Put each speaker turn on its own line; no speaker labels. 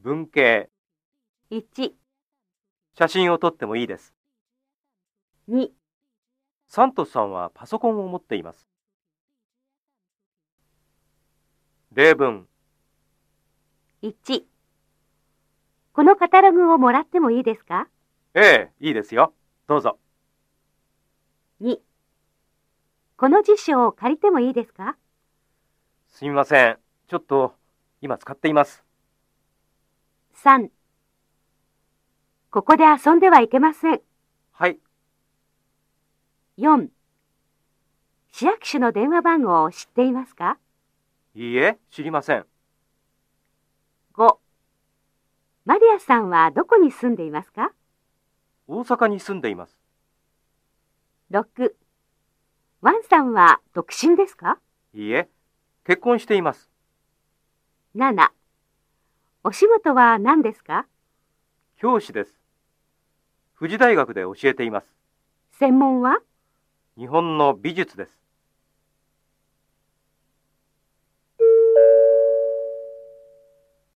文系、
1、
写真を撮ってもいいです。
2、
サントスさんはパソコンを持っています。例文、
1。このカタログをもらってもいいですか
ええ、いいですよ。どうぞ。
?2。この辞書を借りてもいいですか
すみません。ちょっと、今使っています。
?3。ここで遊んではいけません。
はい、
4。市役所の電話番号を知っていますか
いいえ、知りません。
?5。マリアさんはどこに住んでいますか
大阪に住んでいます。
?6。ワンさんは独身ですか
いいえ、結婚しています。
?7。お仕事は何ですか
教師です。富士大学で教えています。
専門は
日本の美術です。